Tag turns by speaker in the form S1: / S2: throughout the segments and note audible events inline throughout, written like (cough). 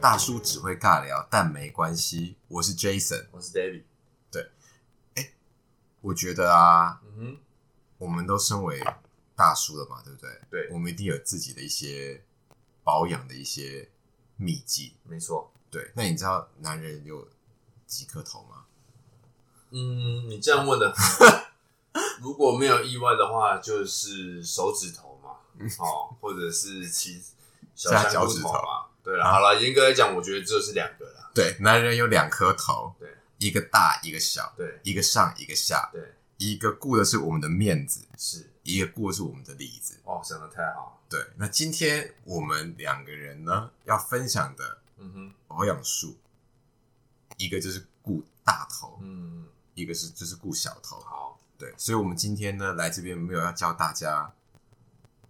S1: 大叔只会尬聊，但没关系。我是 Jason，
S2: 我是 David。
S1: 我觉得啊，
S2: 嗯哼，
S1: 我们都身为大叔了嘛，对不对？
S2: 对
S1: 我们一定有自己的一些保养的一些秘籍。
S2: 没错。
S1: 对，那你知道男人有几颗头吗？
S2: 嗯，你这样问的， (laughs) 如果没有意外的话，就是手指头
S1: (laughs)
S2: 嘛，哦，或者是其小
S1: 加
S2: 香
S1: 脚
S2: 菇
S1: 趾
S2: 头
S1: 头啊
S2: 嘛。对了，好了，严格来讲，我觉得就是两个啦。
S1: 对，男人有两颗头，
S2: 对，
S1: 一个大一个小，
S2: 对
S1: 一个上一个下，
S2: 对，
S1: 一个顾的是我们的面子，
S2: 是
S1: 一个顾的是我们的里子。
S2: 哦，想的太好了。
S1: 对，那今天我们两个人呢要分享的
S2: 嗯哼，
S1: 保养术，一个就是顾大头，
S2: 嗯，
S1: 一个是就是顾小头。
S2: 好，
S1: 对，所以我们今天呢来这边没有要教大家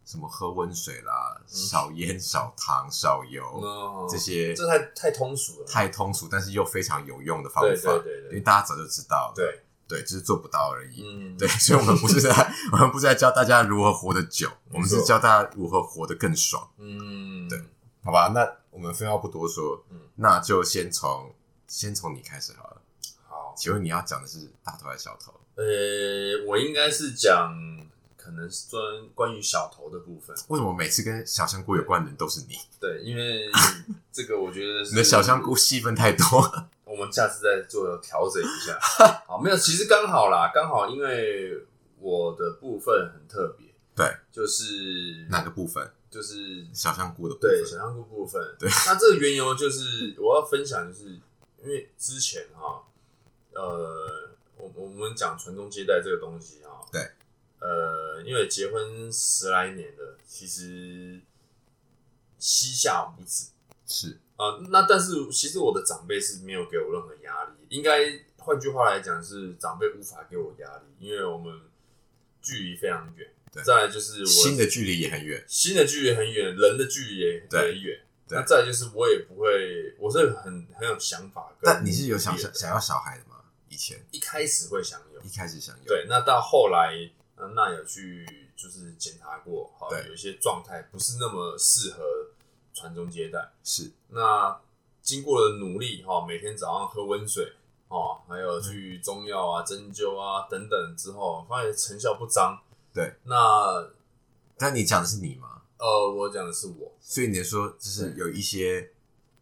S1: 什么喝温水啦、
S2: 嗯
S1: 少烟、少糖、少油、
S2: 那
S1: 哦这些
S2: 这太太通俗了。
S1: 太通俗但是又非常有用的方法，
S2: 对对对对
S1: 因为大家早就知道了，
S2: 对，
S1: 对，只是做不到而已。
S2: 嗯，
S1: 对，所以我们不是在 (laughs) 我们不是在教大家如何活得久，我们是
S2: 没错
S1: 教大家如何活得更爽。
S2: 嗯，
S1: 对好吧，那我们废话不多说，
S2: 嗯
S1: 那就先从先从你开始好了。
S2: 好。
S1: 请问你要讲的是大头还是小头？
S2: 呃，我应该是讲，可能是专关于小头的部分。
S1: 为什么每次跟小香菇有关的人都是你？
S2: 对，
S1: (laughs)
S2: 因为这个我觉得是
S1: 你的小香菇，戏份太多。 (laughs)
S2: 我们下次再做调整一下。好，没有，其实刚好啦，刚好因为我的部分很特别，
S1: 对，
S2: 就是
S1: 哪个部分？
S2: 就是
S1: 小香菇的部分。
S2: 对小香菇部分。
S1: 对，
S2: 那这个缘由就是我要分享，就是因为之前哈，呃，我我们讲传宗接代这个东西哈，
S1: 对，
S2: 呃，因为结婚十来年的，其实膝下无子
S1: 是
S2: 啊、呃那但是其实我的长辈是没有给我任何压力，应该换句话来讲是长辈无法给我压力，因为我们距离非常远。
S1: 对
S2: 再来就是我
S1: 新的距离也很远。
S2: 新的距离很远，人的距离也
S1: 对
S2: 也远。
S1: 对
S2: 那再来就是我也不会，我是很很有想法跟。
S1: 但你是有想想想要小孩的吗？以前
S2: 一开始会想有
S1: 一，开始想有，
S2: 对，那到后来，呃那有去就是检查过，好
S1: 对
S2: 有一些状态不是那么适合传宗接代。
S1: 是
S2: 那经过了努力哈，每天早上喝温水哦，还有去中药啊、针灸啊等等之后，发现成效不彰。
S1: 对，
S2: 那
S1: 但你讲的是你吗？
S2: 呃，我讲的是我，
S1: 所以你说就是
S2: 对
S1: 有一些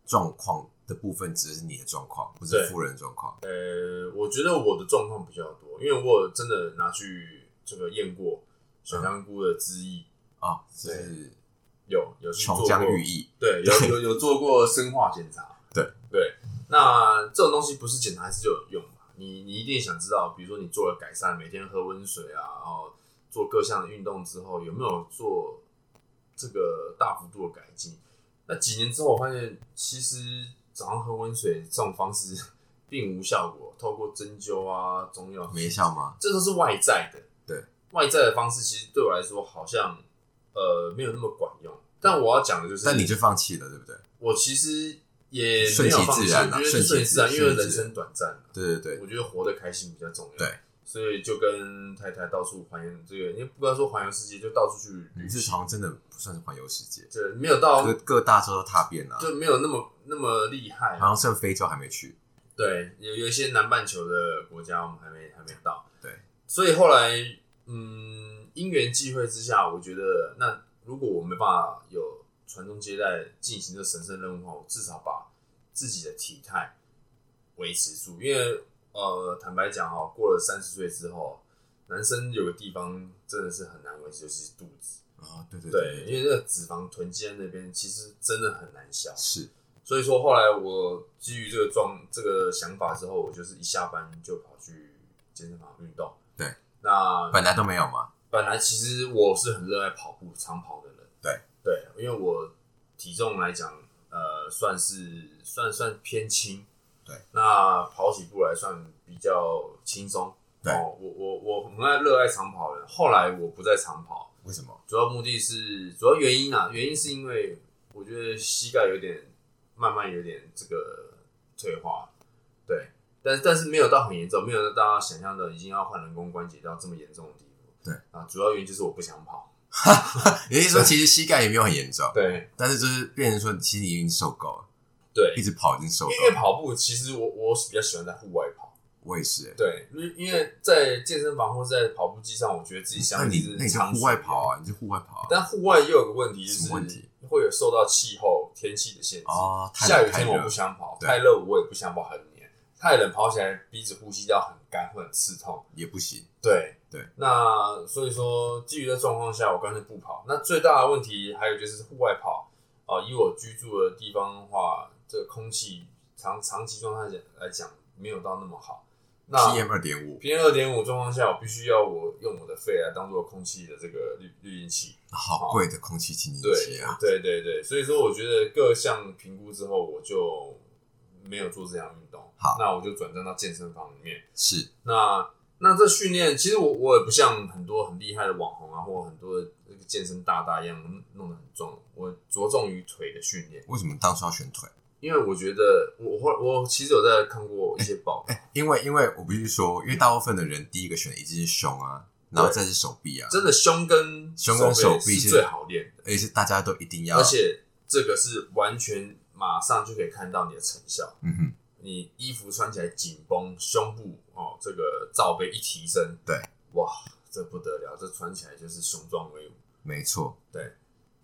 S1: 状况的部分，只是你的状况，不是
S2: 对
S1: 夫人的状况。
S2: 呃，我觉得我的状况比较多，因为我有真的拿去这个验过小香菇的汁液，
S1: 啊，是
S2: 有有去做
S1: 琼
S2: 过，
S1: 浆玉液。
S2: 对，有有有做过生化检查，
S1: 对
S2: 对。那这种东西不是检查还是就有用嘛？你你一定想知道，比如说你做了改善，每天喝温水啊，然后做各项的运动之后，有没有做这个大幅度的改进？那几年之后，我发现其实早上喝温水这种方式 (laughs) 并无效果，透过针灸啊、中药
S1: 没效吗？
S2: 这都是外在的，
S1: 对
S2: 外在的方式，其实对我来说好像呃没有那么管用。但我要讲的就是，
S1: 但你就放弃了，对不对？
S2: 我其实也
S1: 顺
S2: 没有
S1: 其
S2: 放
S1: 自
S2: 弃，
S1: 然
S2: 我
S1: 啦
S2: 觉得
S1: 顺其
S2: 是顺其
S1: 自
S2: 自然，
S1: 然顺
S2: 啊因为
S1: 其
S2: 人
S1: 自然
S2: 生短暂嘛，
S1: 对对对
S2: 我觉得活得开心比较重要。
S1: 对，
S2: 所以就跟太太到处环游这个，因为不要说环游世界，就到处去旅
S1: 你是
S2: 行，
S1: 好像真的不算是环游世界，
S2: 这没有到
S1: 各各大洲都踏遍了、
S2: 就没有那么那么厉害
S1: 好。像剩非洲还没去。
S2: 对，有有一些南半球的国家我们还没还没到，
S1: 对，
S2: 所以后来嗯因缘际会之下，我觉得那如果我没办法有传宗接代进行这神圣任务的话，我至少把自己的体态维持住，因为呃坦白讲哦，过了三十岁之后，男生有个地方真的是很难维持，就是肚子，
S1: 啊，对对
S2: 对，因为那个脂肪囤积在那边，其实真的很难消。
S1: 是
S2: 所以说后来我基于这个状这个想法之后，我就是一下班就跑去健身房运动。
S1: 对，
S2: 那
S1: 本来都没有嘛。
S2: 本来其实我是很热爱跑步、长跑的人。
S1: 对
S2: 对，因为我体重来讲，呃，算是算算偏轻。
S1: 对，
S2: 那跑起步来算比较轻松。
S1: 对
S2: 哦、我我我很爱热爱长跑的人，后来我不再长跑，
S1: 为什么？
S2: 主要目的是主要原因啊，原因是因为我觉得膝盖有点慢慢有点这个退化，对，但但是没有到很严重，没有到大家想象的已经要换人工关节到这么严重的地步。
S1: 对
S2: 啊，主要原因就是我不想跑。
S1: 你是说其实膝盖也没有很严重，
S2: 对
S1: 但是就是变成说，其实你已经受够了。
S2: 对，
S1: 一直跑已经受
S2: 因
S1: 够
S2: 为因为
S1: 了。
S2: 跑步，其实我我是比较喜欢在户外跑。
S1: 我也是、欸，
S2: 对，因为因为在健身房或在跑步机上，我觉得自己
S1: 那
S2: 相比
S1: 你
S2: 是
S1: 那你就
S2: 长
S1: 户外跑啊，你就户外跑啊。
S2: 但户外也有个问题，就
S1: 什
S2: 是
S1: 么问题
S2: 会有受到气候、天气的限制。
S1: 哦太
S2: 下雨
S1: 太
S2: 天
S1: 热
S2: 我不想跑，
S1: 对
S2: 太热我也不想跑很黏，太冷跑起来鼻子呼吸道很干，会很刺痛。
S1: 也不行，
S2: 对
S1: 对，
S2: 那所以说基于这状况下，我干脆不跑。那最大的问题还有就是户外跑，啊、以我居住的地方的话，这个空气长长期状态来讲没有到那么好。那
S1: PM 二点五，
S2: PM 二点五状况下，我必须要我用我的肺来当做空气的这个滤滤音器。
S1: 好贵的空气清净机啊！
S2: 对对对，所以说我觉得各项评估之后，我就没有做这项运动。
S1: 好
S2: 那我就转战到健身房里面。
S1: 是
S2: 那那这训练，其实我我也不像很多很厉害的网红啊，或很多的那个健身大大一样弄得很重。我着重于腿的训练，
S1: 为什么当初要选腿？
S2: 因为我觉得我我我其实有在看过一些
S1: (laughs)
S2: 报道，
S1: 因为因为我必须说，因为大部分的人第一个选的一定是胸啊，然后再是手臂啊，
S2: 真的胸跟
S1: 胸跟手臂
S2: 是
S1: 是
S2: 最好练的，
S1: 而且是大家都一定要，
S2: 而且这个是完全马上就可以看到你的成效。
S1: 嗯哼，
S2: 你衣服穿起来紧绷，胸部哦，这个罩杯一提升，
S1: 对，
S2: 哇，这不得了，这穿起来就是雄壮威武，
S1: 没错，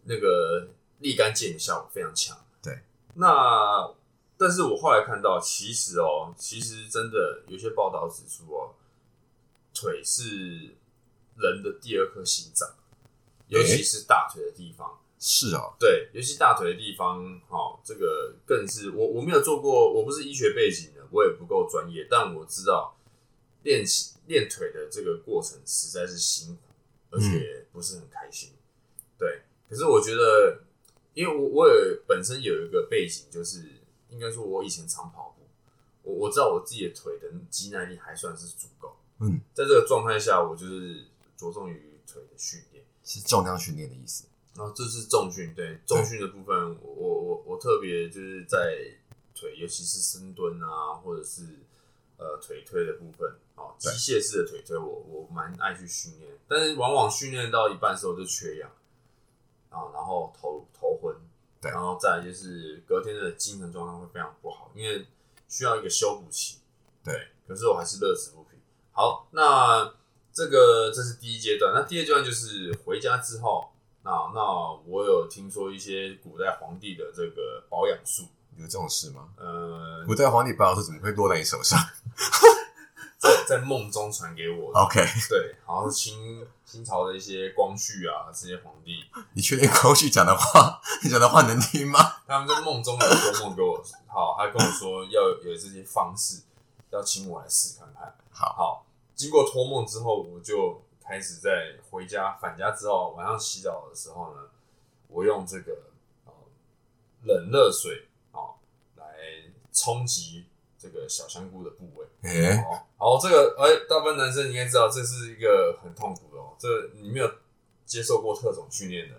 S2: 那个立竿见影效果非常强。
S1: 对，
S2: 那但是我后来看到，其实哦，其实真的有些报道指出哦，腿是人的第二颗心脏，尤其是大腿的地方。
S1: 是哦，
S2: 对，尤其大腿的地方，哦，这个更是我我没有做过，我不是医学背景的，我也不够专业，但我知道练起练腿的这个过程实在是辛苦，而且不是很开心。对，可是我觉得，因为我我也本身有一个背景，就是应该说我以前常跑步，我我知道我自己的腿的肌耐力还算是足够。
S1: 嗯，
S2: 在这个状态下，我就是着重于腿的训练。
S1: 是重量训练的意思。
S2: 然后哦这是重训，对重训的部分，我我我我特别就是在腿，尤其是深蹲啊，或者是呃腿推的部分，哦，机
S1: 对
S2: 械式的腿推我，我蛮爱去训练，但是往往训练到一半的时候就缺氧，啊，然后头头昏，
S1: 对
S2: 然后再来就是隔天的精神状态会非常不好，因为需要一个修补期，
S1: 对，
S2: 可是我还是乐此不疲。好，那这个这是第一阶段，那第二阶段就是回家之后，那那我有听说一些古代皇帝的这个保养术，
S1: 有这种事吗？
S2: 呃，
S1: 古代皇帝保养术怎么会落在你手上
S2: 在在梦中传给我的，
S1: ？OK，
S2: 对，然后清清朝的一些光绪啊这些皇帝，
S1: 你确定过去讲的话，你讲的话能听吗？
S2: 他们在梦中有做梦给我，好，他跟我说要有这些方式，要请我来试看看。
S1: 好
S2: 好，经过托梦之后，我就开始在回家返家之后，晚上洗澡的时候呢，我用这个呃冷热水哦来冲击这个小香菇的部位。
S1: 诶、
S2: 哦，好，这个哎、大部分男生你应该知道，这是一个很痛苦的哦，这个你没有接受过特种训练的。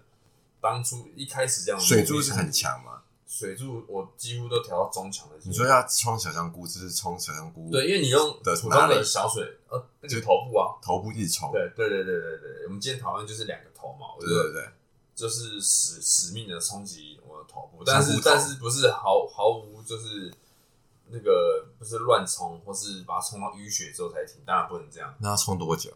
S2: 当初一开始这样，
S1: 水柱是很强嘛？
S2: 水柱我几乎都调到中强的。
S1: 你说要冲小香菇，就是冲小香菇，
S2: 对，因为你用
S1: 的
S2: 普
S1: 哪
S2: 通
S1: 里
S2: 的小水，呃，那个头部啊，
S1: 头部一直冲，
S2: 对对对对对对，我们今天讨论就是两个头嘛，我
S1: 对
S2: 觉得
S1: 对对，
S2: 就是使使命的冲击我的头部，
S1: 冲
S2: 但
S1: 骨
S2: 是
S1: 头
S2: 但是不是毫毫无就是那个不是乱冲，或是把它冲到淤血之后才停，当然不能这样。
S1: 那要冲多久？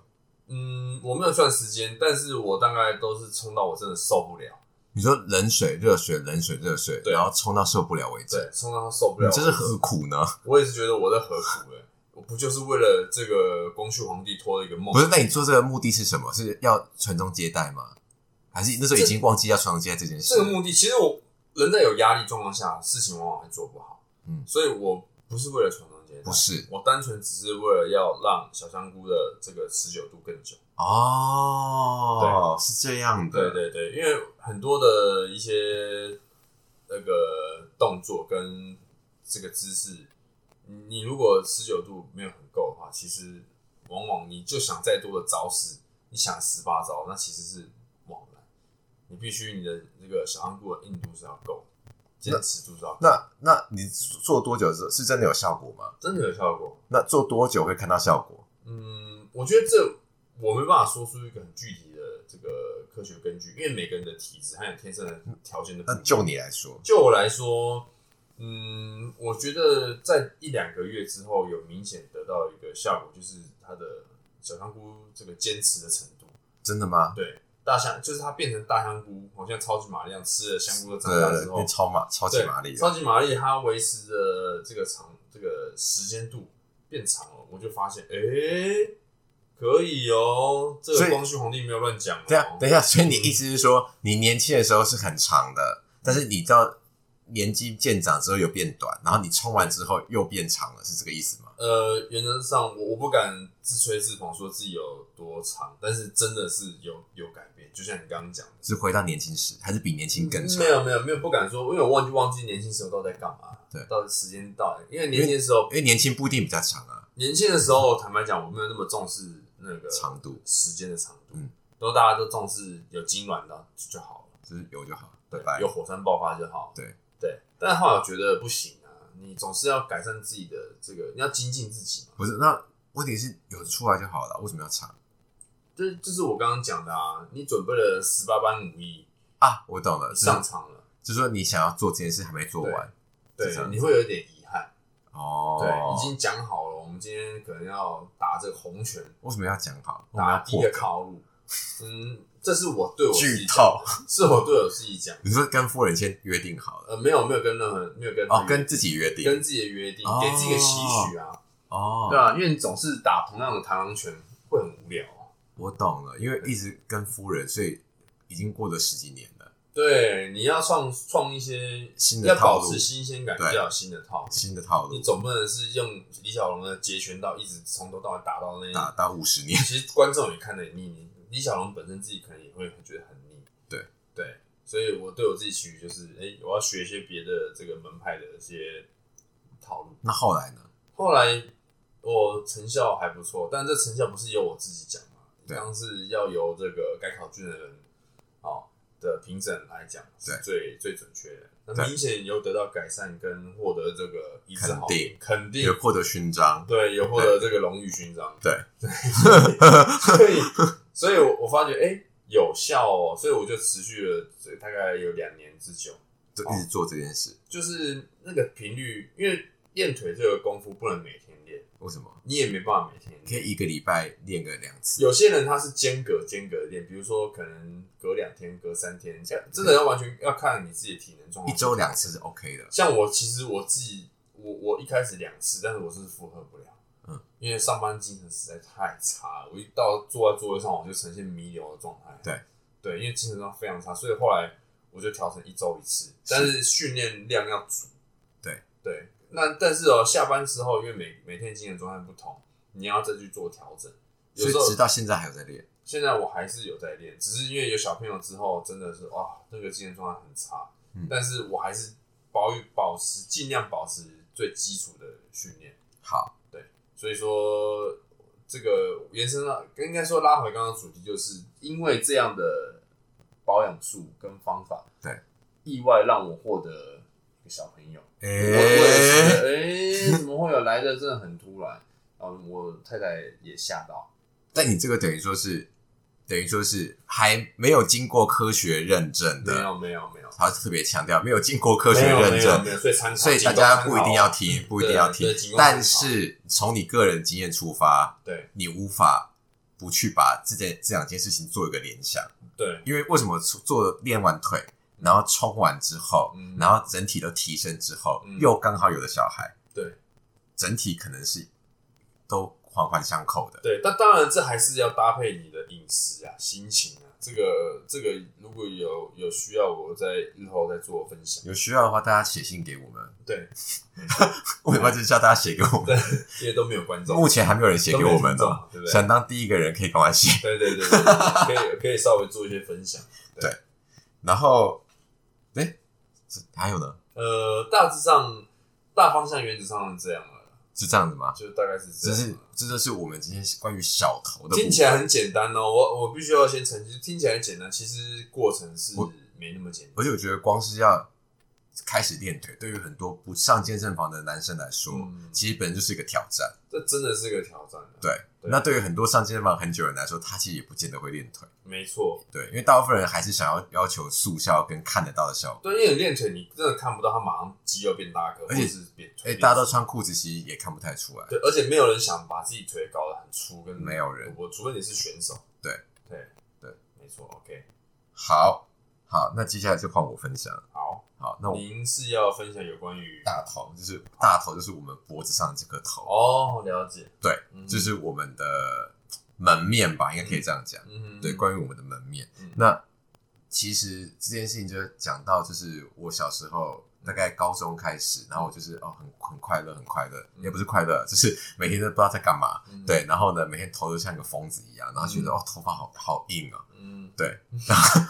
S2: 嗯，我没有算时间，但是我大概都是冲到我真的受不了，
S1: 你说冷水、热水、冷水、热水，
S2: 对
S1: 然后冲到受不了为止，
S2: 对，冲到受不
S1: 你
S2: 了。
S1: 这是何苦呢？
S2: 我也是觉得我在何苦哎、我不就是为了这个光绪皇帝托了一个梦？
S1: 不是，那你做这个目的是什么？是要传宗接代吗？还是那时候已经忘记要传宗接代这件事
S2: 这？个目的，其实我人在有压力状况下，事情往往会做不好。
S1: 嗯
S2: 所以我不是为了传宗接代，
S1: 不是
S2: 我单纯只是为了要让小香菇的这个持久度更久。
S1: 哦，是这样
S2: 对
S1: 的，
S2: 对对，因为很多的一些那个动作跟这个姿势，你你如果持久度没有很够的话，其实往往你就想再多的招式，你想十八招，那其实是枉然。你必须你的那个小香菇的硬度是要够，坚持度是要够，
S1: 那那你做多久是是真的有效果吗？
S2: 真的有效果。
S1: 那做多久会看到效果？
S2: 嗯，我觉得这我没办法说出一个很具体的这个科学根据，因为每个人的体质还有天生的条件的不
S1: 那
S2: 一样。
S1: 就你来说，
S2: 就我来说，嗯，我觉得在一两个月之后有明显得到一个效果，就是它的小香菇这个坚持的程度。
S1: 真的吗？
S2: 对，大香就是它变成大香菇，好像超级玛丽一样，吃了香菇的长大
S1: 对
S2: 之，后
S1: 变，呃超马超级
S2: 对
S1: 玛丽了，啊
S2: 超级玛丽它维持的这个长这个时间度变长了，我就发现，哎、可以哦，这
S1: 所以
S2: 个光绪皇帝没有乱讲哦。
S1: 对啊，等一下，所以你意思是说，你年轻的时候是很长的，但是你到年纪渐长之后又变短，然后你冲完之后又变长了，是这个意思吗？
S2: 呃，原则上我我不敢自吹自捧说自己有多长，但是真的是有有改变，就像你刚刚讲的，
S1: 是回到年轻时，还是比年轻更长？
S2: 没有没有没有不敢说，因为我忘记忘记年轻时候到底在干嘛，
S1: 对
S2: 到底时间到底，因为年轻的时候
S1: 因，为年轻不一定比较长啊，
S2: 年轻的时候，坦白讲，我没有那么重视那个
S1: 长度
S2: 时间的长度，
S1: 嗯
S2: 然后大家都重视有痉挛的就好了，
S1: 就是有就好，拜
S2: 对
S1: 拜
S2: 有。火山爆发就好，
S1: 对
S2: 对，但后来我觉得不行啊，你总是要改善自己的这个，你要精进自己嘛。
S1: 不是，那问题是有出来就好了，为什么要长
S2: 这就是我刚刚讲的啊，你准备了十八般武艺，
S1: 啊？我懂了，
S2: 你
S1: 就是
S2: 上场了，
S1: 就是说你想要做这件事还没做完
S2: 对
S1: 是这样，子
S2: 你会有一点遗憾。
S1: 哦，
S2: 对，已经讲好了，我们今天可能要打这个红拳，
S1: 为什么要讲好？为什么
S2: 打
S1: 要
S2: 第一
S1: 破
S2: 个套路。嗯，这是我对我自己
S1: 剧
S2: 讲
S1: 透？
S2: 的， (laughs) 是我对我自己讲的。
S1: 你说跟夫人先约定好了
S2: 呃，没有没有跟任何人没有跟
S1: 哦，跟自己约定
S2: 呃跟自己的约定
S1: 哦，
S2: 给自己一个期许啊，
S1: 哦，
S2: 对啊，因为你总是打同样的螳螂拳会很无聊啊。
S1: 我懂了，因为一直跟夫人，所以已经过了十几年了，
S2: 对，你要创创一些
S1: 新的
S2: 要
S1: 套
S2: 保
S1: 路
S2: 持新鲜感，
S1: 对
S2: 要有新的套路。
S1: 新的套
S2: 你
S1: 路
S2: 总不能是用李小龙的截拳道一直从头到尾打到那
S1: 打
S2: 样。
S1: 到五十年， (laughs)
S2: 其实观众也看得很腻，你李小龙本身自己可能也会觉得很腻。
S1: 对
S2: 对，所以我对我自己期许就是，哎、我要学一些别的这个门派的一些套路。
S1: 那后来呢？
S2: 后来我成效还不错，但这成效不是由我自己讲嘛，
S1: 对
S2: 当然是要由这个该考卷的人哦的评审来讲，是
S1: 对
S2: 最最准确的。那
S1: 对
S2: 明显有得到改善跟获得这个一致好评，肯定
S1: 有获得勋章，
S2: 对有获得这个荣誉勋章，
S1: 对
S2: 所以 (laughs) 所以我我发觉哎、诶有效哦，所以我就持续了这大概有两年之久。
S1: 就
S2: 哦
S1: 一直做这件事。
S2: 就是那个频率，因为练腿这个功夫不能每天练，
S1: 为什么？
S2: 你也没办法每天练。
S1: 可以一个礼拜练个两次，
S2: 有些人他是间隔间隔地练，比如说可能隔两天、隔三天，这样真的要完全要看你自己的体能状
S1: 一
S2: 况。
S1: 周两次是 OK 的。
S2: 像我其实我自己，我我一开始两次，但是我是负荷不了，
S1: 嗯，
S2: 因为上班精神实在太差，我一到坐在座位上我就呈现弥留的状态，
S1: 对
S2: 对，因为精神状态非常差，所以后来我就调成一周一次，但是训练量要足，
S1: 对
S2: 对，那但是哦，下班之后因为每每天精神状态不同，你要再去做调整，有
S1: 所以
S2: 时候
S1: 直到现在还有在练，
S2: 现在我还是有在练，只是因为有小朋友之后，真的是哇，那个精神状态很差。
S1: 嗯
S2: 但是我还是保保持尽量保持最基础的训练。
S1: 好，
S2: 所以说，这个延伸到应该说拉回刚刚主题，就是因为这样的保养术跟方法，
S1: 对，
S2: 意外让我获得一个小朋友。我我也觉
S1: 诶，
S2: 得，哎、怎么会有来的？真的很突然。嗯，我太太也吓
S1: (laughs)
S2: 到。
S1: 但你这个等于说是，等于说是还没有经过科学认证
S2: 没
S1: 的，
S2: 有，没有，没有。
S1: 他特别强调没有经过科学
S2: 没有
S1: 认证
S2: 没有没，有所以参考，
S1: 所以大
S2: 仅供参
S1: 家
S2: 考
S1: 不一定要听，不一定要听
S2: 对对仅供。参考
S1: 但是从你个人经验出发，
S2: 对
S1: 你无法不去把这件这两件事情做一个联想，
S2: 对
S1: 因为为什么做做练完腿，然后冲完之后，
S2: 嗯
S1: 然后整体都提升之后，
S2: 嗯
S1: 又刚好有了小孩，
S2: 对
S1: 整体可能是都环环相扣的。
S2: 对，但当然这还是要搭配你的饮食啊、心情啊，这个这个如果有有需要，我在日后再做分享。
S1: 有需要的话，大家写信给我
S2: (laughs)
S1: 们。
S2: 对，
S1: 我们就是叫大家写给我们，
S2: 因为都没有观众，
S1: 目前还没有人写给我们
S2: 都没有
S1: 的
S2: 听众，对不对
S1: 想当第一个人可以赶快写。
S2: 对对对对，可以可以稍微做一些分享。
S1: 然后，哎，这还有呢，
S2: 呃，大致上大方向原则上是这样了，
S1: 是这样子吗？
S2: 就大概是这
S1: 这
S2: 样
S1: 是
S2: 了。
S1: 这就是我们今天关于小头的部分。
S2: 听起来很简单哦，我我必须要先澄清，听起来很简单，其实过程是
S1: 我
S2: 没那么简单。
S1: 而且我觉得光是要开始练腿，对于很多不上健身房的男生来说，
S2: 嗯
S1: 其实本身就是一个挑战。
S2: 这真的是个挑战、啊。，
S1: 对，
S2: 对
S1: 那对于很多上健身房很久的人来说，他其实也不见得会练腿。
S2: 没错，
S1: 对，因为大部分人还是想要要求速效跟看得到的效果。
S2: 对，因为你练腿，你真的看不到他马上肌肉变大个，
S1: 而
S2: 或
S1: 且
S2: 者是变
S1: 哎、
S2: 腿变粗。
S1: 大家都穿裤子，其实也看不太出来。
S2: 对，而且没有人想把自己腿搞得很粗，跟
S1: 没有人
S2: 我除非你是选手。
S1: 对
S2: 对
S1: 对，
S2: 没错。OK，
S1: 好，好，那接下来就换我分享。
S2: 好，
S1: 好，那我
S2: 您是要分享有关于
S1: 大头就是大头，就是我们脖子上的这个头，
S2: 哦，了解，
S1: 对，
S2: 嗯
S1: 就是我们的门面吧，应该可以这样讲。
S2: 嗯，
S1: 对，关于我们的门面，
S2: 嗯
S1: 那其实这件事情就是讲到，就是我小时候大概高中开始，然后我就是哦很很快乐，很快乐，
S2: 嗯
S1: 也不是快乐，就是每天都不知道在干嘛。
S2: 嗯，
S1: 对，然后呢，每天头都像个疯子一样，然后觉得、
S2: 嗯
S1: 哦，头发好好硬啊，
S2: 嗯，
S1: 对，
S2: (laughs)
S1: (laughs)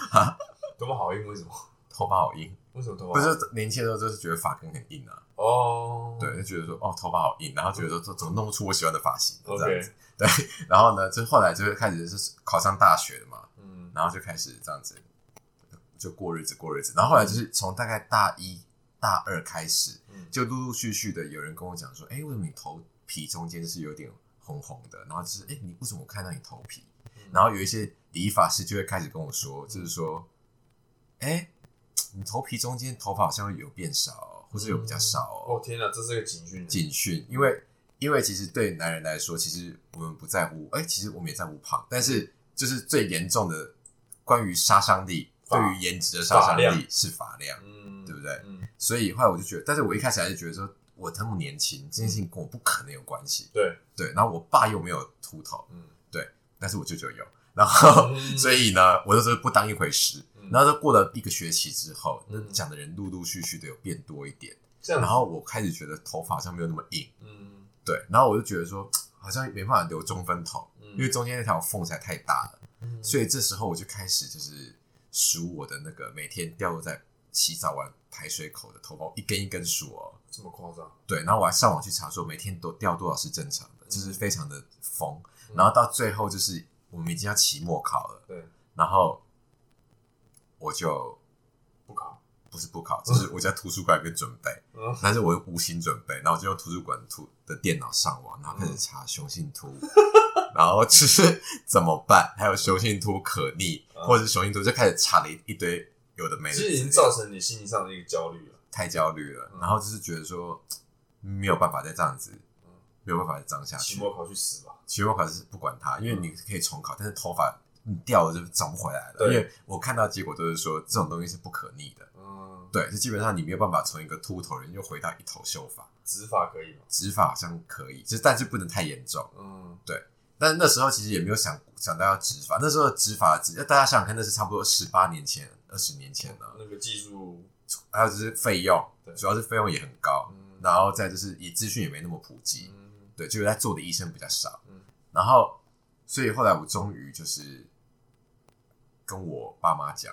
S2: 多么好运，为什么？
S1: 头发好硬，
S2: 为什么头发
S1: 不是年轻的时候就是觉得发根很硬啊，
S2: 哦，
S1: 对，就觉得说哦头发好硬，然后觉得说怎怎么弄不出我喜欢的发型啊这样
S2: ，OK，
S1: 子，然后呢，就后来就开始就是考上大学了嘛，
S2: 嗯，
S1: 然后就开始这样子就过日子过日子，然后后来就是从大概大一大二开始，
S2: 嗯
S1: 就陆陆续续的有人跟我讲说，哎、为什么你头皮中间是有点红红的？然后就是哎、诶你为什么我看到你头皮？
S2: 嗯
S1: 然后有一些理发师就会开始跟我说，就是说，哎、你头皮中间头发好像会有变少哦，或是有比较少哦
S2: 哦，天哪，这是个警讯，
S1: 警讯，因为因为其实对男人来说，其实我们不在乎，哎、其实我们也在乎胖，但是就是最严重的关于杀伤力，
S2: 发
S1: 对于颜值的杀伤
S2: 发
S1: 力
S2: 量
S1: 是发量，
S2: 嗯，
S1: 对不对
S2: 嗯，
S1: 所以后来我就觉得，但是我一开始还是觉得说。我他妈年轻，这件事情跟我不可能有关系。
S2: 对，
S1: 对，然后我爸又没有秃头，
S2: 嗯，
S1: 但是我舅舅有，然后、
S2: 嗯
S1: 所以呢，我就是不当一回事。
S2: 嗯
S1: 然后就过了一个学期之后，那
S2: 嗯
S1: 讲的人陆陆续续的有变多一点，
S2: 这样，
S1: 然，后我开始觉得头发好像没有那么硬，
S2: 嗯，
S1: 对，然后我就觉得说好像没办法留中分头，
S2: 嗯
S1: 因为中间那条缝实在太大了，
S2: 嗯
S1: 所以这时候我就开始就是数我的那个每天掉落在洗澡完排水口的头发，一根一根数哦，
S2: 这么夸张，
S1: 对，然后我还上网去查说每天都掉多少是正常的，就是
S2: 嗯
S1: 非常的疯，
S2: 嗯
S1: 然后到最后就是我们已经要期末考了，
S2: 对，
S1: 然后我就
S2: 不考，
S1: 不是不考，就是我在图书馆里面准备，
S2: 嗯，
S1: 但是我又无心准备，然后我就用图书馆图的电脑上网，然后开
S2: 嗯
S1: 始查雄性秃，然后就是怎么办，还有雄性秃可逆，
S2: 嗯
S1: 或者是雄性秃，就开始查了一一堆有的没的
S2: 其
S1: 资料，
S2: 实已经造成你心理上的一个焦虑了，
S1: 太焦虑了，
S2: 嗯
S1: 然后就是觉得说没有办法再这样子
S2: 嗯，
S1: 没有办法再这样下
S2: 期
S1: 去。
S2: 末考去死吧，
S1: 期末考试不管它，因为你可以重考，但是头发你掉了就找不回来了。
S2: 对
S1: 因为我看到结果都是说这种东西是不可逆的，
S2: 嗯，
S1: 对，就基本上你没有办法从一个秃头人又回到一头秀发。
S2: 执法可以吗？
S1: 植发好像可以，就是但是不能太严重。
S2: 嗯，
S1: 但那时候其实也没有想想到要植发，那时候的植发植，大家想想看，那是差不多十八年前、二十年前了。
S2: 那个技术，
S1: 还有就是费用
S2: 对，
S1: 主要是费用也很高，
S2: 嗯，
S1: 然后再就是也资讯也没那么普及，
S2: 嗯
S1: 对，就是在做的医生比较少
S2: 嗯。
S1: 然后，所以后来我终于就是跟我爸妈讲，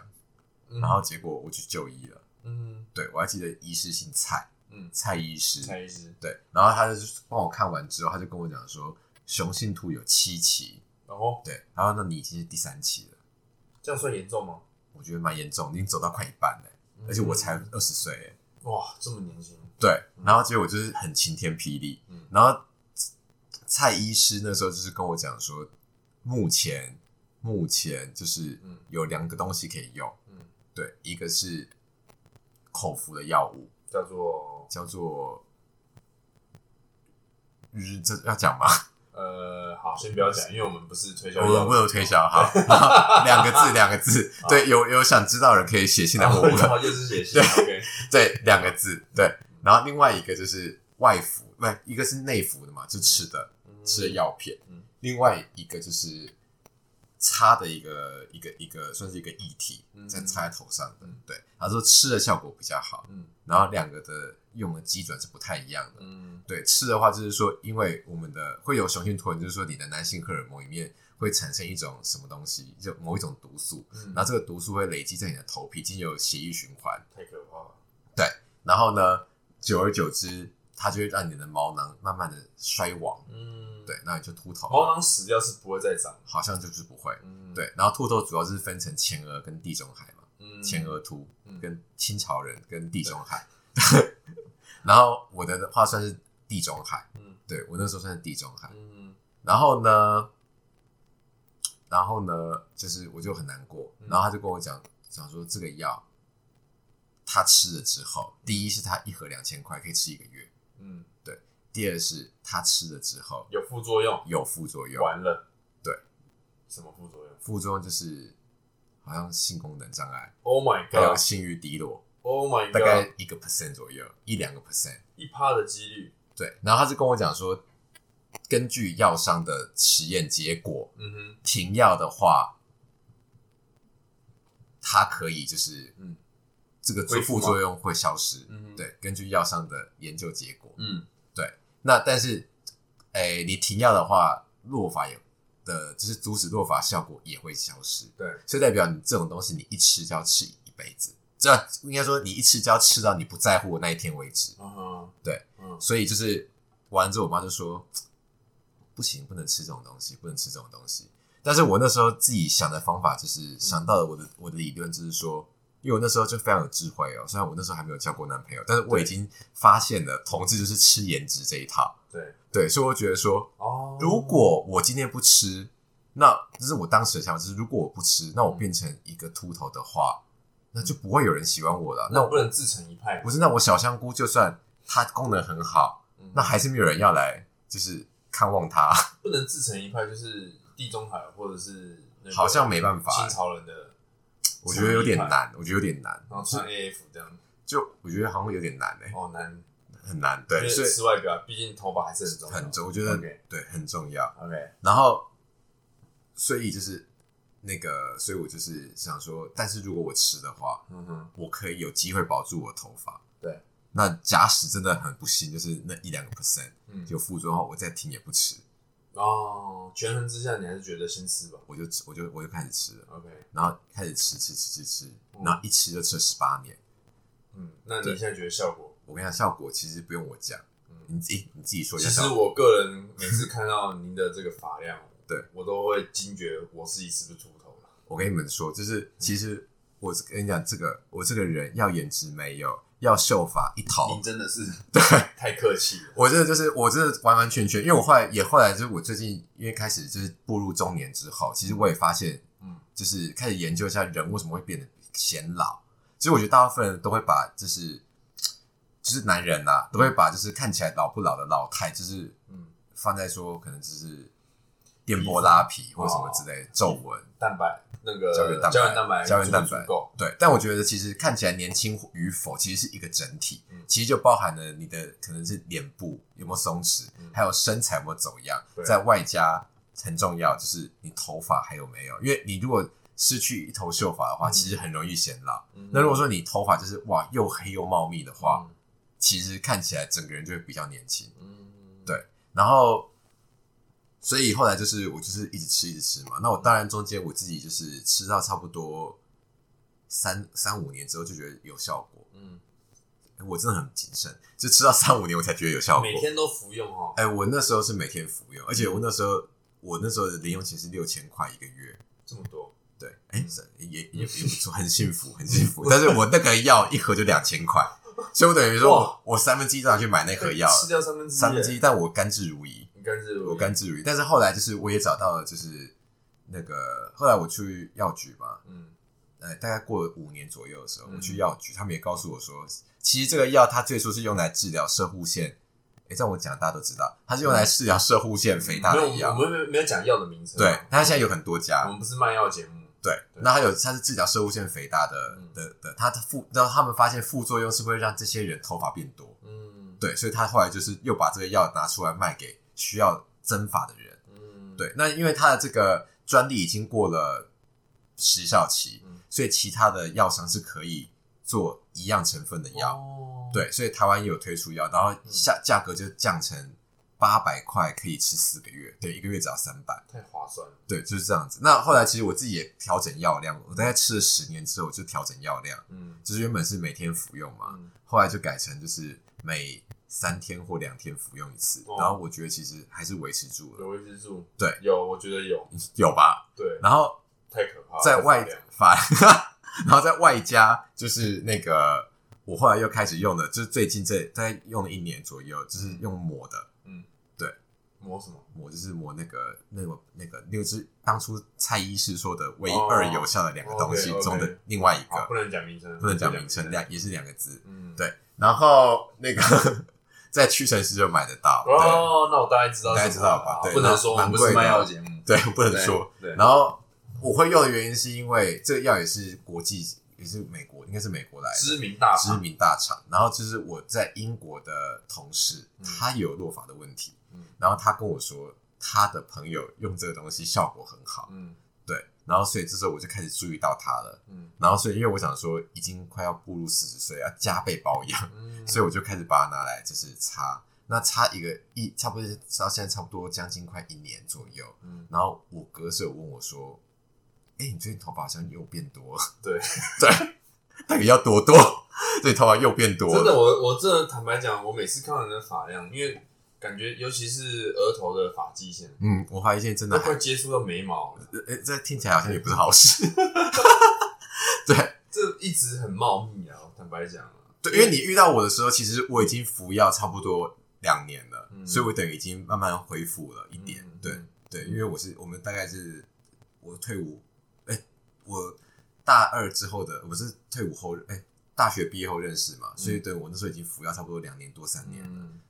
S2: 嗯
S1: 然后结果我去就医了。
S2: 嗯
S1: 对我还记得医师姓蔡，
S2: 嗯，
S1: 蔡医师，
S2: 蔡医师，
S1: 对，然后他就是帮我看完之后，他就跟我讲说，雄性秃有七期，
S2: 然后
S1: 对，然后那你已经是第三期了，
S2: 这样算严重吗？
S1: 我觉得蛮严重，已经走到快一半了，而且我才
S2: 嗯
S1: 二十岁耶，
S2: 哇，这么年轻，
S1: 对，然后结果就是很晴天霹雳，
S2: 嗯
S1: 然后蔡医师那时候就是跟我讲说，目前目前就是
S2: 嗯
S1: 有两个东西可以用，
S2: 嗯，
S1: 对，一个是口服的药物，
S2: 叫做
S1: 叫做。日这要讲吗？
S2: 呃，好，先不要讲，因为我们不是推销
S1: 我
S2: 药
S1: 我
S2: 物，
S1: 有推销，好，好两个字，两个字，对，有有想知道的人可以写信来
S2: 然
S1: 问
S2: 后
S1: 我
S2: 然
S1: 们，
S2: 后就是写信，OK，
S1: 对，两个字，对，然后另外一个就是外服，不，一个是内服的嘛，就吃的
S2: 嗯
S1: 吃的药片
S2: 嗯，
S1: 另外一个就是擦的一个一个一个算是一个液体，
S2: 嗯
S1: 在擦在头上的
S2: 嗯，
S1: 对，他说吃的效果比较好，
S2: 嗯
S1: 然后两个的用的基准是不太一样的，
S2: 嗯
S1: 对，吃的话就是说，因为我们的会有雄性突然，就是说你的男性荷尔蒙里面会产生一种什么东西，就某一种毒素，
S2: 嗯，
S1: 然后这个毒素会累积在你的头皮，经由血液循环，
S2: 太可怕了，
S1: 然后呢，久而久之，它就会让你的毛囊慢慢的衰亡，
S2: 嗯，
S1: 对，，那你就秃头，
S2: 毛囊死掉是不会再长，
S1: 好像就是不会，
S2: 嗯，
S1: 对，然后秃头主要是分成前额跟地中海嘛，
S2: 嗯，嗯
S1: 前额秃，
S2: 嗯
S1: 跟清朝人跟地中海。 (laughs) 然后我的话算是地中海，
S2: 嗯
S1: 对我那时候算是地中海。
S2: 嗯
S1: 然后呢，然后呢，就是我就很难过。
S2: 嗯
S1: 然后他就跟我讲讲说，这个药他吃了之后，第一是他一盒两千块可以吃一个月，
S2: 嗯，
S1: 第二是他吃了之后
S2: 有副作用，
S1: 有副作用，
S2: 完了，
S1: 对，
S2: 什么副作用
S1: 副作用就是好像性功能障碍，
S2: ？Oh my
S1: 还有
S2: god！
S1: 性欲低落，
S2: Oh my
S1: 大
S2: god！
S1: 概一个 percent 左右，一两个 percent。
S2: 一趴的几率，
S1: 对，然后他就跟我讲说，根据药商的实验结果，
S2: 嗯哼，
S1: 停药的话，它可以就是
S2: 嗯
S1: 这个
S2: 恢复
S1: 副
S2: 吗
S1: 作用会消失。
S2: 嗯
S1: 对，根据药商的研究结果，
S2: 嗯
S1: 那但是，诶、你停药的话，落法也的，就是阻止落法效果也会消失。
S2: 对，
S1: 所以代表你这种东西，你一吃就要吃一辈子。这样应该说，你一吃就要吃到你不在乎的那一天为止。
S2: 啊哈，
S1: 对，
S2: 嗯
S1: 所以就是完之后，我妈就说不行，不能吃这种东西，不能吃这种东西。但是我那时候自己想的方法，就是想到了我的我的理论，就是说，因为我那时候就非常有智慧哦。虽然我那时候还没有交过男朋友，但是我已经发现了同志就是吃颜值这一套。
S2: 对，
S1: 对，所以我觉得说，
S2: 哦，
S1: 如果我今天不吃，那这是我当时的想法，就是如果我不吃，那我
S2: 嗯
S1: 变成一个秃头的话，那就不会有人喜欢我了。那
S2: 那
S1: 我
S2: 不能自成一派
S1: 不，是，那我小香菇就算它功能很好，
S2: 嗯
S1: 那还是没有人要来，就是看望它，
S2: 不能自成一派，就是地中海或者是那个
S1: 好像没办法
S2: 清朝人的，
S1: 我觉得有点
S2: 成一派，
S1: 难，我觉得有点难，
S2: 然后穿 AF 这样，
S1: 就我觉得好像有点难哎、
S2: 哦难，
S1: 很难，
S2: 因
S1: 对，
S2: 为
S1: 所以
S2: 吃外表，毕竟头发还是很重要，
S1: 很重，我觉得
S2: OK
S1: 对很重要。
S2: OK，
S1: 然后，所以就是那个，所以我就是想说，但是如果我吃的话，
S2: 嗯哼，
S1: 我可以有机会保住我头发。
S2: 对，
S1: 那假使真的很不幸，就是那一两个 percent
S2: 嗯，
S1: 有副作用的话，我再停也不吃，
S2: 哦，权衡之下，你还是觉得先吃吧
S1: 我就吃我就我就开始吃了，
S2: ，OK，
S1: 然后开始吃吃吃吃吃
S2: 嗯，
S1: 然后一吃就吃了十八年。
S2: 嗯，那你
S1: 对
S2: 现在觉得效果？
S1: 我跟你讲，效果其实不用我讲，
S2: 嗯，
S1: 你自己你自己说一
S2: 其
S1: 下
S2: 实
S1: 效果。
S2: 我个人每次看到您的这个发量，
S1: (laughs) 对
S2: 我都会惊觉我自己是不是秃头了。
S1: 我跟你们说，
S2: 嗯
S1: 就是其实我跟你讲，这个我这个人要颜值没有，要秀发一头
S2: 您，真的是
S1: 哦对。
S2: 太客气了，
S1: 我真的就是，我真的完完全全，因为我后来也后来就是我最近因为开始就是步入中年之后，其实我也发现，
S2: 嗯
S1: 就是开始研究一下人为什么会变得显老。其实我觉得大部分人都会把就是就是男人啦、都会把就是看起来老不老的老态，就是
S2: 嗯，
S1: 放在说可能就是电波拉皮或者
S2: 哦
S1: 什么之类的皱纹、
S2: 蛋白那个
S1: 胶原蛋白、
S2: 胶原蛋白
S1: 胶原蛋
S2: 足不
S1: 白
S2: 足够，
S1: 对，但我觉得其实看起来年轻与否，其实是一个整体，
S2: 嗯
S1: 其实就包含了你的可能是脸部有没有松弛，
S2: 嗯
S1: 还有身材有没有走样
S2: 对，
S1: 在外加很重要就是你头发还有没有，因为你如果失去一头秀发的话，
S2: 嗯
S1: 其实很容易显老。
S2: 嗯
S1: 那如果说你头发就是哇又黑又茂密的话，，
S2: 嗯
S1: 其实看起来整个人就会比较年轻。
S2: 嗯，
S1: 对然后，所以后来就是我就是一直吃一直吃嘛。那我当然中间我自己就是吃到差不多三三五年之后就觉得有效果，哎
S2: 嗯，
S1: 我真的很谨慎，就吃到三五年我才觉得有效果。
S2: 每天都服用哦，
S1: 哎、我那时候是每天服用，而且我那时候我那时候的零用钱是六千块一个月。
S2: 这么多，
S1: 对，哎、是也也也
S2: 嗯
S1: 不错，很幸福，很幸
S2: (laughs)
S1: 福。但是我那个药一盒就两千块，所以我等于说
S2: 哇
S1: 我我三分之一都拿去买那盒药
S2: 吃
S1: 了，
S2: 掉三分之一，
S1: 三分之一，但我甘之如饴。
S2: 你甘之如饴
S1: 我甘之如饴。但是后来就是我也找到了，就是那个后来我去药局嘛，
S2: 嗯
S1: 呃，大概过了五年左右的时候，
S2: 嗯
S1: 我去药局，他们也告诉我说，其实这个药它最初是用来治疗射护腺，诶，这样我讲大家都知道，它是用来治疗射护腺肥大
S2: 嗯没
S1: 的
S2: 有，
S1: 药
S2: 我。们没有没有讲药的名称，啊
S1: 对，它现在有很多
S2: 我
S1: 家。
S2: 们不是卖药节目，
S1: 对，那它有它是治疗射护腺肥大的
S2: 嗯
S1: 的的，它的副，然后他们发现副作用是会让这些人头发变多，
S2: 嗯，
S1: 对，所以他后来就是又把这个药拿出来卖给需要增发的人。
S2: 嗯，
S1: 对，那因为它的这个专利已经过了时效期，
S2: 嗯
S1: 所以其他的药商是可以做一样成分的药。
S2: 哦，嗯
S1: 对，所以台湾也有推出药，然后下价格就降成八百块，可以吃四个月，对，一个月只要三百，
S2: 太划算了，
S1: 对，就是这样子。那后来其实我自己也调整药量，我大概吃了十年之后我就调整药量，
S2: 嗯
S1: 就是原本是每天服用嘛，
S2: 嗯
S1: 后来就改成就是每三天或两天服用一次，
S2: 哦
S1: 然后我觉得其实还是维持住了，
S2: 有维持住，
S1: 对，
S2: 有，我觉得有，
S1: 有吧？
S2: 对，
S1: 然后
S2: 太可怕了，
S1: 在外
S2: 太
S1: 反， (laughs) 然后在外加就是那个我后来又开始用的，就是最近这大概用了一年左右，就是用抹的
S2: 磨什么？
S1: 抹，就是抹那个那个那个那个是当初蔡医师说的唯二有效的两个东西
S2: 哦，OK，OK 哦
S1: 中的另外一
S2: 好不
S1: 个，
S2: 能讲名称，
S1: 不能讲名称，两也是两个字。
S2: 嗯，
S1: 对然后那
S2: (laughs)
S1: 个在屈臣氏就买得到，对
S2: 哦，那我大概知道是
S1: 大概
S2: 什么了，
S1: 知道吧对
S2: 不能说我
S1: 蛮
S2: 们不
S1: 贵
S2: 是
S1: 的
S2: 卖药节目，
S1: 对，不能说。
S2: 对，
S1: 然后我会用的原因是因为这个药也是国际，也是美国，应该是美国来的
S2: 知名大
S1: 知
S2: 厂，
S1: 名大厂。然后就是我在英国的同事
S2: 嗯，
S1: 他有落发的问题，
S2: 嗯
S1: 然后他跟我说他的朋友用这个东西效果很好，
S2: 嗯
S1: 对。然后所以这时候我就开始注意到他了。
S2: 嗯
S1: 然后所以因为我想说已经快要步入四十岁，要加倍保养， (laughs)
S2: 嗯，
S1: 所以我就开始把它拿来就是擦。那擦一个一差不多到现在差不多将近快一年左右，
S2: 嗯，
S1: 然后我哥是有问我说：“哎、你最近头发好像又变多了。
S2: 对
S1: (laughs) 对”那个要多多， (laughs) 对，头发又变多
S2: 真的，
S1: 了。
S2: 我我真的坦白讲，我每次看到人的发量，因为感觉尤其是额头的发际线，
S1: 嗯，我发现真的
S2: 都
S1: 还
S2: 快，接触到眉毛了，
S1: 呃，这听起来好像也不是好事。对
S2: 这一直很茂密啊。坦白讲啊，
S1: 对，因为你遇到我的时候，其实我已经服药差不多两年了，
S2: 嗯
S1: 所以我等于已经慢慢恢复了一
S2: 嗯
S1: 点。
S2: 嗯
S1: 对，
S2: 嗯
S1: 对，因为我是我们大概是我退伍，哎、我大二之后的，我是退伍后，哎、大学毕业后认识嘛，所以对我那时候已经服药差不多两年多三年，
S2: 嗯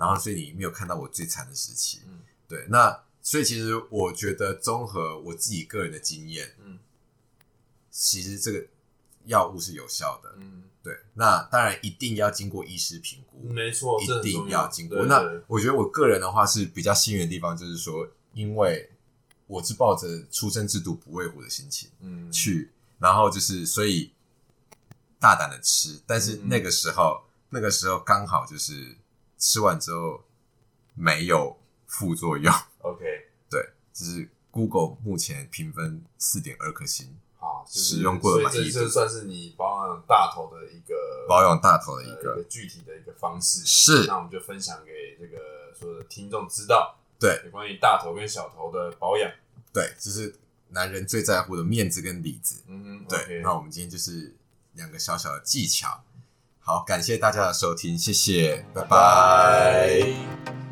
S1: 然后所以你没有看到我最惨的时期。
S2: 嗯
S1: 对，那所以其实我觉得综合我自己个人的经验，
S2: 嗯
S1: 其实这个药物是有效的。
S2: 嗯，
S1: 对，那当然一定要经过医师评估。
S2: 没错，这
S1: 一
S2: 很重
S1: 定要经过。
S2: 对
S1: 那
S2: 对
S1: 我觉得我个人的话是比较幸运的地方，就是说，因为我是抱着出生之犊不畏虎的心情
S2: 嗯
S1: 去，然后就是所以大胆的吃，但是
S2: 嗯
S1: 那个时候，那个时候刚好就是吃完之后没有副作用， (laughs)
S2: OK，
S1: 对，就是 Google 目前评分四点二颗星，
S2: 好，就是
S1: 使用过的满
S2: 所
S1: 意
S2: 以
S1: 度
S2: 这这算是你保养大头的一个
S1: 保养大头的
S2: 呃
S1: 一
S2: 一
S1: 个
S2: 个具体的一个方式。
S1: 是
S2: 那我们就分享给这个所有的听众知道，
S1: 对
S2: 有关于大头跟小头的保养。
S1: 对，就是男人最在乎的面子跟里子。
S2: 嗯哼，
S1: 对，那我们今天就是两个小小的技巧。好，感谢大家的收听，谢谢，拜拜。
S2: 拜。